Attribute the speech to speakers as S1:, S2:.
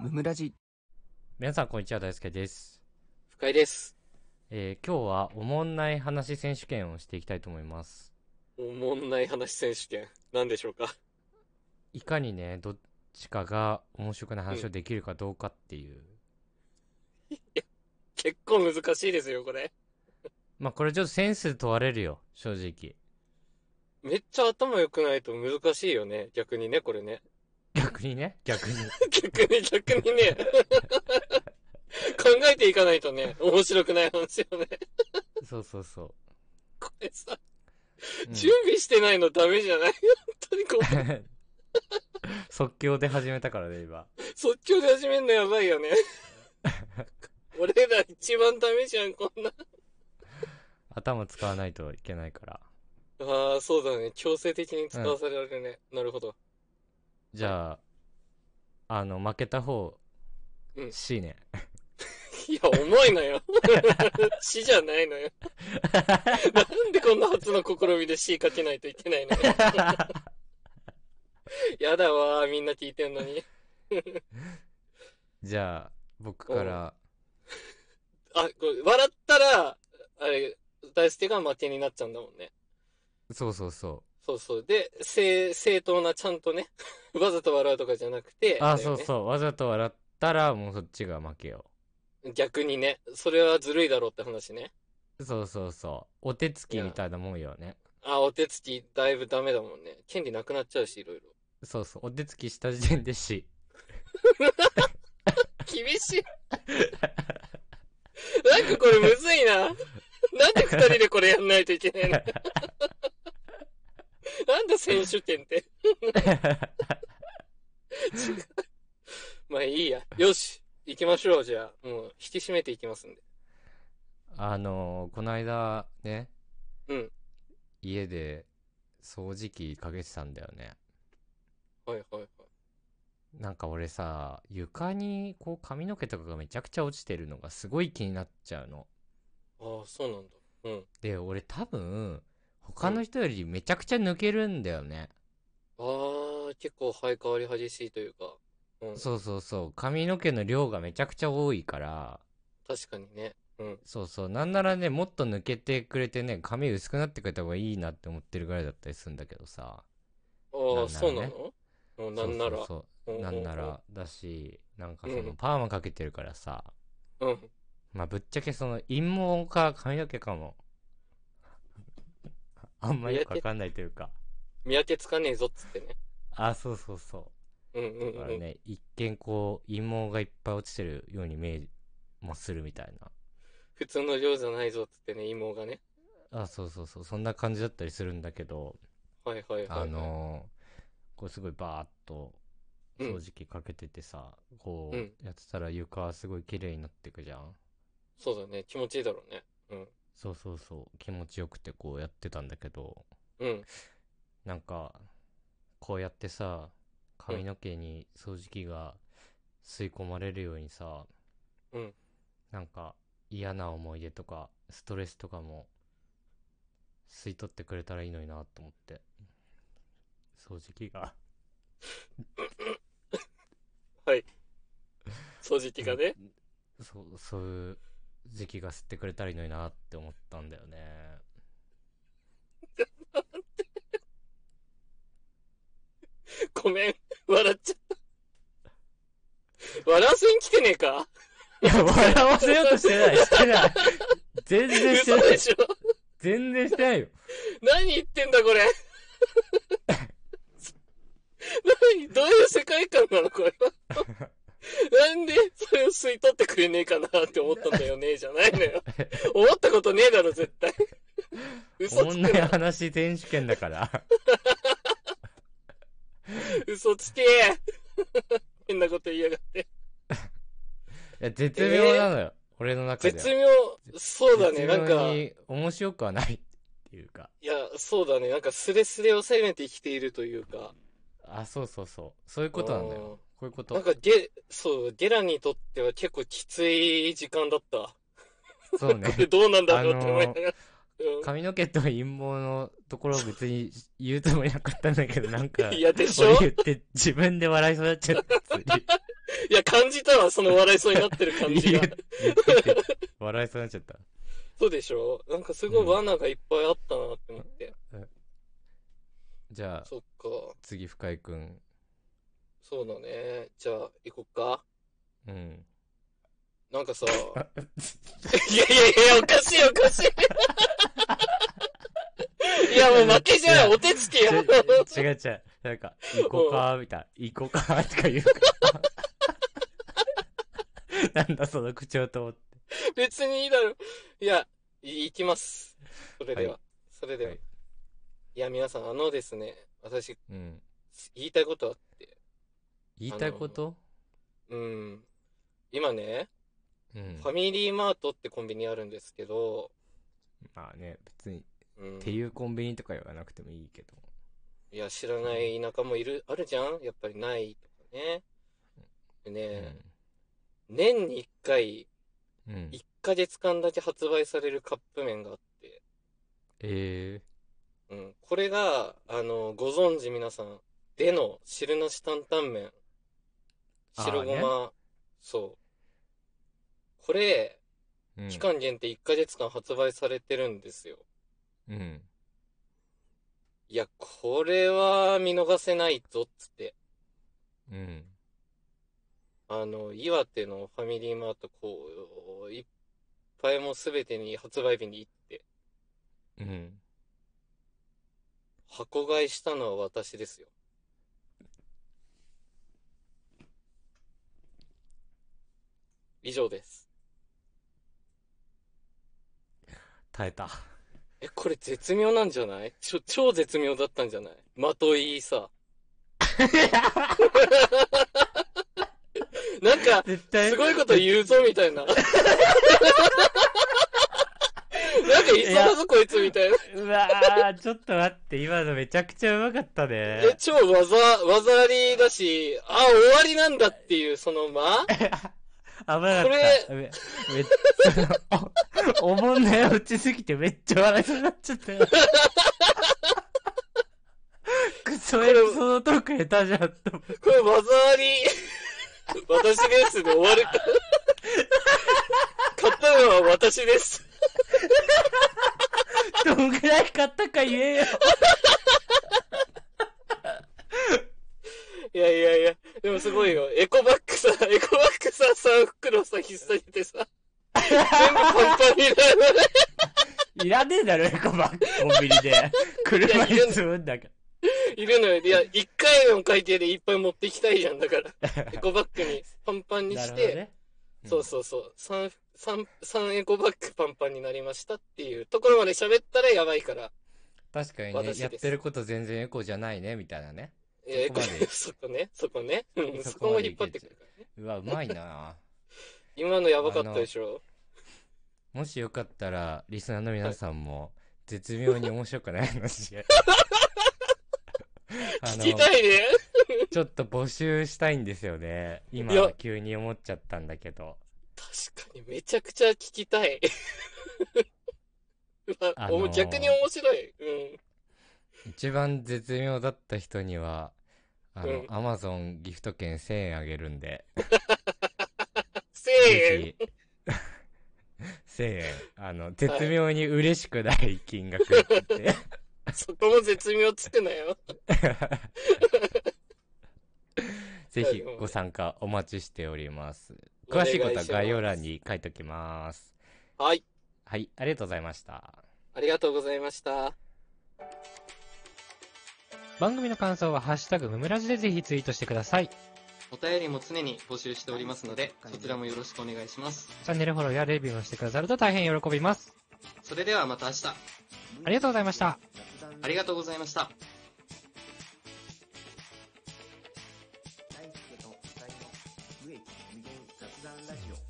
S1: ムムラジ
S2: 皆さんこんにちは大輔です、
S3: 深井です。
S2: えー今日はおもんない話選手権をしていきたいと思います
S3: おもんない話選手権。何でしょうか
S2: いかにねどっちかが面白くない話をできるかどうかっていう、
S3: 結構難しいですよ、これ。
S2: まあこれちょっとセンス問われるよ正直
S3: めっちゃ頭良くないと難しいよね。逆にね、これね。
S2: 逆にね逆に
S3: 逆に逆にね。考えていかないとね、面白くない話よね。
S2: そうそうそ
S3: これさ、
S2: う、うん
S3: 準備してないのダメじゃない 本当にこ う、
S2: 即興で始めたからね今
S3: 即興で始めるのやばいよ ね。俺ら一番ダメじゃん、こんな。
S2: 頭使わないといけないから
S3: ああ、そうだね。強制的に使わされるね。なるほど。
S2: じゃああの負けた方、
S3: うん
S2: C ね
S3: いや、重いのよ。死じゃないのよ。なんでこんな初の試みで C かけないといけないのよ。やだわー、みんな聞いてんのに。
S2: じゃあ僕から
S3: あ、これ笑ったら、あれ、大輔が負けになっちゃうんだもんね。
S2: そうそうそ
S3: そうそう。で、正、正当なちゃんとね、わざと笑うとかじゃなくて、
S2: うあ
S3: だよ
S2: そう
S3: ね
S2: そうわざと笑ったらもうそっちが負けよ
S3: 逆にね、それはずるいだろうって話ね。
S2: そうそうそうお手つきみたいなもんよね
S3: あ、お手つきだいぶダメだもんね。権利なくなっちゃうし、いろいろ。
S2: そうそうお手つきした時点で C
S3: 厳しい。なんかこれむずいな。なんで二人でこれやんないといけないのなんだ選手権って。まあいいや。よし。行きましょう。じゃあ、もう引き締めていきますんで。
S2: あのーこの間ね
S3: うん
S2: 家で掃除機かけてたんだよね
S3: はいはいはい。
S2: なんか俺さ床にこう髪の毛とかがめちゃくちゃ落ちてるのがすごい気になっちゃうの
S3: ああ、そうなんだ。うん。
S2: で俺多分他の人よりめちゃくちゃ抜けるんだよね、
S3: ああ、結構生え変わり激しいというか。うん。
S2: そうそうそう髪の毛の量がめちゃくちゃ多いから
S3: 確かにね。うん。
S2: そうそうなんならねもっと抜けてくれてね髪薄くなってくれた方がいいなって思ってるぐらいだったりするんだけどさ
S3: ああ、
S2: なんならね
S3: そうなのうんなんなら。
S2: そうそうそう
S3: うん
S2: なんならだしなんかそ
S3: うんう
S2: の
S3: ん
S2: パーマかけてるからさ、
S3: うん。
S2: まあぶっちゃけその陰毛か髪の毛かも あんまよくわかんないというか
S3: 見分けつかねえぞっつってね。
S2: あそうそうそう
S3: うんうん
S2: だか
S3: う
S2: ら
S3: ん。
S2: ね、一見こう、陰謀がいっぱい落ちてるように見えもするみたい
S3: 普通の量じゃないぞっつってね、妹がね。
S2: な。あ、そうそうそう、そんな感じだったりするんだけど、
S3: はいはいはいはい。
S2: あのーこうすごいバーっと
S3: うん
S2: 掃除機かけててさ、こう
S3: うん
S2: やってたら床はすごい綺麗になってくじゃん。
S3: そうだね、気持ちいいだろうね。うん。
S2: そうそうそう、気持ちよくてこうやってたんだけど、
S3: うん。
S2: なんか、こうやってさ、髪の毛に掃除機が吸い込まれるようにさ、
S3: うん
S2: なんか嫌な思い出とかストレスとかも吸い取ってくれたらいいのになと思って掃除機が
S3: 掃除機がね。
S2: そうそういう時期が吸ってくれたらいいのになって思ったんだよね
S3: ごめん。笑っちゃった。笑わせに来てねえか
S2: いや 笑わせようとしてないしてない全然して
S3: 嘘
S2: ない
S3: でしょ
S2: 全然してないよ
S3: 何言ってんだこれ。何どういう世界観なのこれは。なんでそれを吸い取ってくれねえかなって思ったんだよねじゃないのよ。思ったことねえだろ、絶対。嘘
S2: おも
S3: つ
S2: ん
S3: く
S2: な
S3: ない
S2: 話選手権だから
S3: 嘘つけ変なこと言いやがって。
S2: いや絶妙なのよ、俺の中では
S3: 絶妙、そうだね、なん
S2: 絶
S3: か、
S2: 妙
S3: い
S2: に面白くはないっていうか
S3: や、そうだね、なんかスレスレを攻めて生きているというか、
S2: あそうそうそうそういうことなんだよこういうこ
S3: なん
S2: と
S3: かゲ、そう、ゲラにとっては結構きつい時間だった。
S2: そう
S3: こ
S2: ね
S3: れどうなんだろうって思いながら。
S2: 髪の毛と陰謀のところを別に言う つもりなかったんだけどなんか
S3: うんいや、でしょ
S2: 俺言って自分で笑いそうになっちゃった普通に
S3: いや、感じたわ、その笑いそうになってる感じ
S2: 言
S3: が
S2: え。言ってて笑いそうになっちゃった。
S3: そうでしょなんかすごい罠がいっぱいあったなって思って。
S2: じゃあ、
S3: そっか。
S2: 次、深井くん。
S3: そうだね。じゃあ、行こっか。
S2: うん。
S3: なんか さ、いやいやいや、おかしいおかしい。 いや、もう負けじゃん、お手つき
S2: ち
S3: や。
S2: 違う違う。なんか、行こうか、みたいな。行こうか、とか言うから。なんだ、その口調と思って。
S3: 別にいいだろ。いや、い行きます。それでは。
S2: は
S3: それでは。
S2: はい
S3: い、や、皆さん、あのですね、私、
S2: うん。
S3: 言いたいことあって。
S2: 言いたいこと
S3: うん。今ね、
S2: うん。
S3: ファミリーマートってコンビニあるんですけど、
S2: まあね、別に、
S3: うん、
S2: っていうコンビニとか言わなくてもいいけど。
S3: いや、知らない田舎もいる、あるじゃんやっぱりないとかね。
S2: う
S3: でね、
S2: ん。
S3: 年に1回、
S2: うん。
S3: 1ヶ月間だけ発売されるカップ麺があって、
S2: え
S3: うん、これが、あの、ご存知皆さん、での汁なし担々麺、
S2: あー
S3: 白ご
S2: ね
S3: ま、そう。これ、
S2: え
S3: 期間限定1ヶ月間発売されてるんですよ。
S2: うん。うん。
S3: いや、これは見逃せないぞっつって、
S2: うん。
S3: あの、岩手のファミリーマート、こう、いっぱいもすべてに発売日に行って、
S2: うん。
S3: 箱買いしたのは私ですよ。以上です。
S2: 耐えた。
S3: え、これ絶妙なんじゃないちょ、超絶妙だったんじゃないまといさ。なんか、
S2: 絶対
S3: すごいこと言うぞ、みたいな。なんか、いそうだぞ、こいつ、みたいな。
S2: うわー、ちょっと待って、今のめちゃくちゃうまかったね。
S3: え、超技、技ありだし、あ、終わりなんだっていう、その間
S2: 危なかった。
S3: これ
S2: め、め、その お、おもんない落ちすぎてめっちゃ笑いそうになっちゃったよ。 クソエピソードトーク下手じゃんと思って。
S3: これ技あり、私ですで終わるか。買ったのは私です。
S2: どんぐらい買ったか言えよ。
S3: いやいやいや、でもすごいよ。エコバッグさ、エコバッグさ、3袋さ、ひっさげてさ、全部パンパンになる。
S2: いらねえだろ、エコバッグコンビニで。車に積むんだか
S3: いるのよ。いや、1回の会計でいっぱい持ってきたいじゃん、だから。エコバッグにパンパン
S2: ら。
S3: に
S2: なる
S3: し
S2: ほど
S3: て、
S2: ね。
S3: そうそうそう。三、三、三エコバッグパンパンになりましたっていうところまで喋ったらやばいから。
S2: 確かに
S3: 私で
S2: ね、
S3: す
S2: やってること全然エコじゃないね、みたいなね。
S3: いや、エ
S2: そ
S3: コ
S2: こまで
S3: そこね、そこね。うんそ
S2: そこ
S3: こも
S2: まで
S3: 引っ張ってくるからね。
S2: うわ、うまいな
S3: 今のやばかったでしょ
S2: もしよかったら、リスナーの皆さんも、絶妙に面白くない 話。あの
S3: 聞きたいね。
S2: ちょっと募集したいんですよね。今
S3: いや、
S2: 急に思っちゃったんだけど。
S3: 確かにめちゃくちゃ聞きたい。 うわ
S2: あのー
S3: 逆に面白い。うん。
S2: 一番絶妙だった人には、あ
S3: う
S2: の
S3: ん、
S2: アマゾンギフト券1000円あげるんで、
S3: せ
S2: ぜひ、1000円。あの、絶妙に嬉しくない金額 で。
S3: えん。そこも絶妙つくなよ。
S2: ぜひご参加お待ちしております。詳しいことは概要欄に書いておきます。
S3: はい。
S2: はい、ありがとうございました。
S3: ありがとうございました。
S1: 番組の感想は「ハッシュタグむむらじ」でぜひツイートしてくださいチ
S3: お便りも常に募集しておりますので、そちらもよろしくお願いします。
S1: ャンネルフォローやレビューもしてくださると大変喜びます
S3: それではまた明日、
S1: ありがとうございました
S3: ありがとうございました。
S4: 大輔と二人の無益無限雑談ラジオ